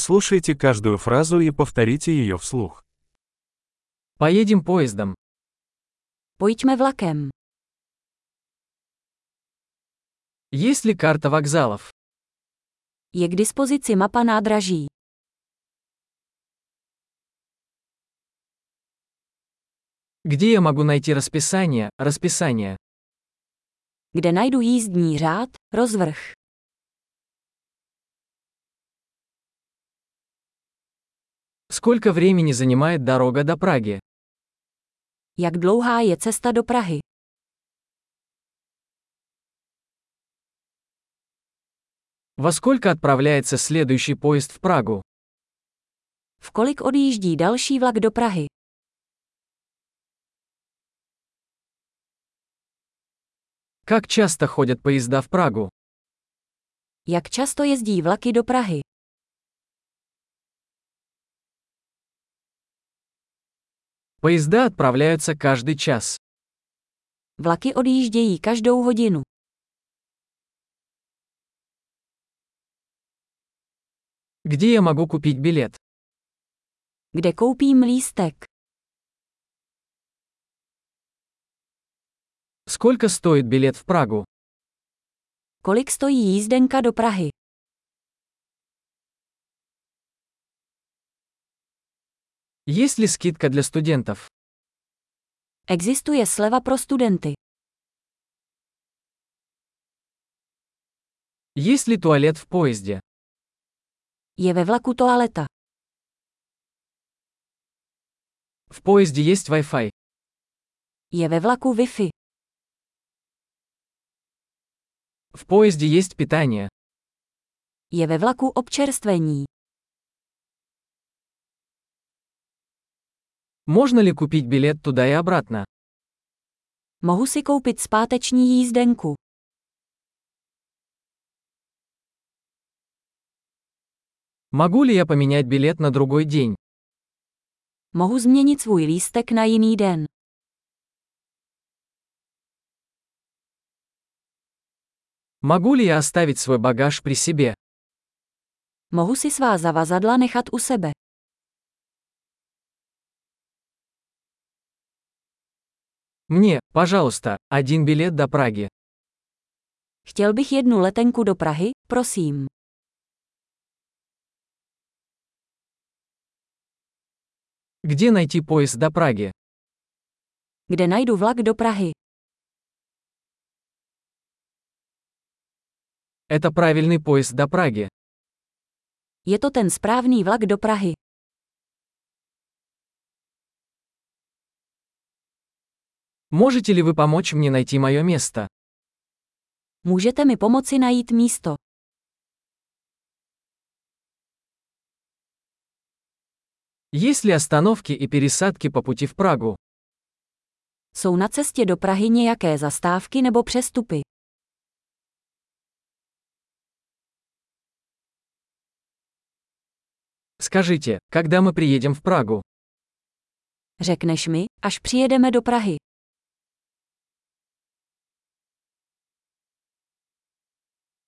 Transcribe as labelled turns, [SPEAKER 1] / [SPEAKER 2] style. [SPEAKER 1] Прослушайте каждую фразу и повторите ее вслух.
[SPEAKER 2] Поедем поездом.
[SPEAKER 3] Pojďme vlakem.
[SPEAKER 2] Есть ли карта вокзалов?
[SPEAKER 3] Je k dispozici mapa nádraží.
[SPEAKER 2] Где я могу найти расписание, расписание?
[SPEAKER 3] Kde najdu jízdní řád, rozvrh.
[SPEAKER 2] Сколько времени занимает дорога до Праги?
[SPEAKER 3] Jak dlouhá je cesta do Prahy?
[SPEAKER 2] Во сколько отправляется следующий поезд в Прагу?
[SPEAKER 3] V kolik odjíždí další vlak do Prahy?
[SPEAKER 2] Как часто ходят поезда в Прагу?
[SPEAKER 3] Jak často jezdí vlaky do Prahy?
[SPEAKER 2] Поезда отправляются каждый час.
[SPEAKER 3] Vlaky odjíždějí každou hodinu.
[SPEAKER 2] Где я могу купить билет?
[SPEAKER 3] Kde koupím lístek?
[SPEAKER 2] Сколько стоит билет в Прагу?
[SPEAKER 3] Kolik stojí jízdenka do Prahy?
[SPEAKER 2] Есть ли скидка для студентов?
[SPEAKER 3] Existuje sleva pro studenty.
[SPEAKER 2] Есть ли туалет в поезде?
[SPEAKER 3] Je ve vlaku toaleta.
[SPEAKER 2] В поезде есть Wi-Fi.
[SPEAKER 3] Je ve vlaku Wi-Fi.
[SPEAKER 2] В поезде есть питание.
[SPEAKER 3] Je ve vlaku občerstvení.
[SPEAKER 2] Можно ли купить билет туда и обратно?
[SPEAKER 3] Mohu si koupit zpáteční jízdenku.
[SPEAKER 2] Могу ли я поменять билет на другой день?
[SPEAKER 3] Mohu změnit svůj lístek na jiný den.
[SPEAKER 2] Могу ли я оставить свой багаж при себе?
[SPEAKER 3] Mohu si svá zavazadla nechat u sebe.
[SPEAKER 2] Мне, пожалуйста, один билет до Праги.
[SPEAKER 3] Chtěl bych jednu letenku do Prahy, prosím.
[SPEAKER 2] Где найти поезд до Праги?
[SPEAKER 3] Kde najdu vlak do Prahy?
[SPEAKER 2] Это правильный поезд до Праги.
[SPEAKER 3] Je to ten správný vlak do Prahy.
[SPEAKER 2] Можете ли вы помочь мне найти мое место?
[SPEAKER 3] Můžete mi pomoci najít místo.
[SPEAKER 2] Есть ли остановки и пересадки по пути в Прагу?
[SPEAKER 3] Jsou na cestě do Prahy nějaké zastávky nebo přestupy?
[SPEAKER 2] Скажите, когда мы приедем в Прагу?
[SPEAKER 3] Řekneš mi, až přijedeme do Prahy.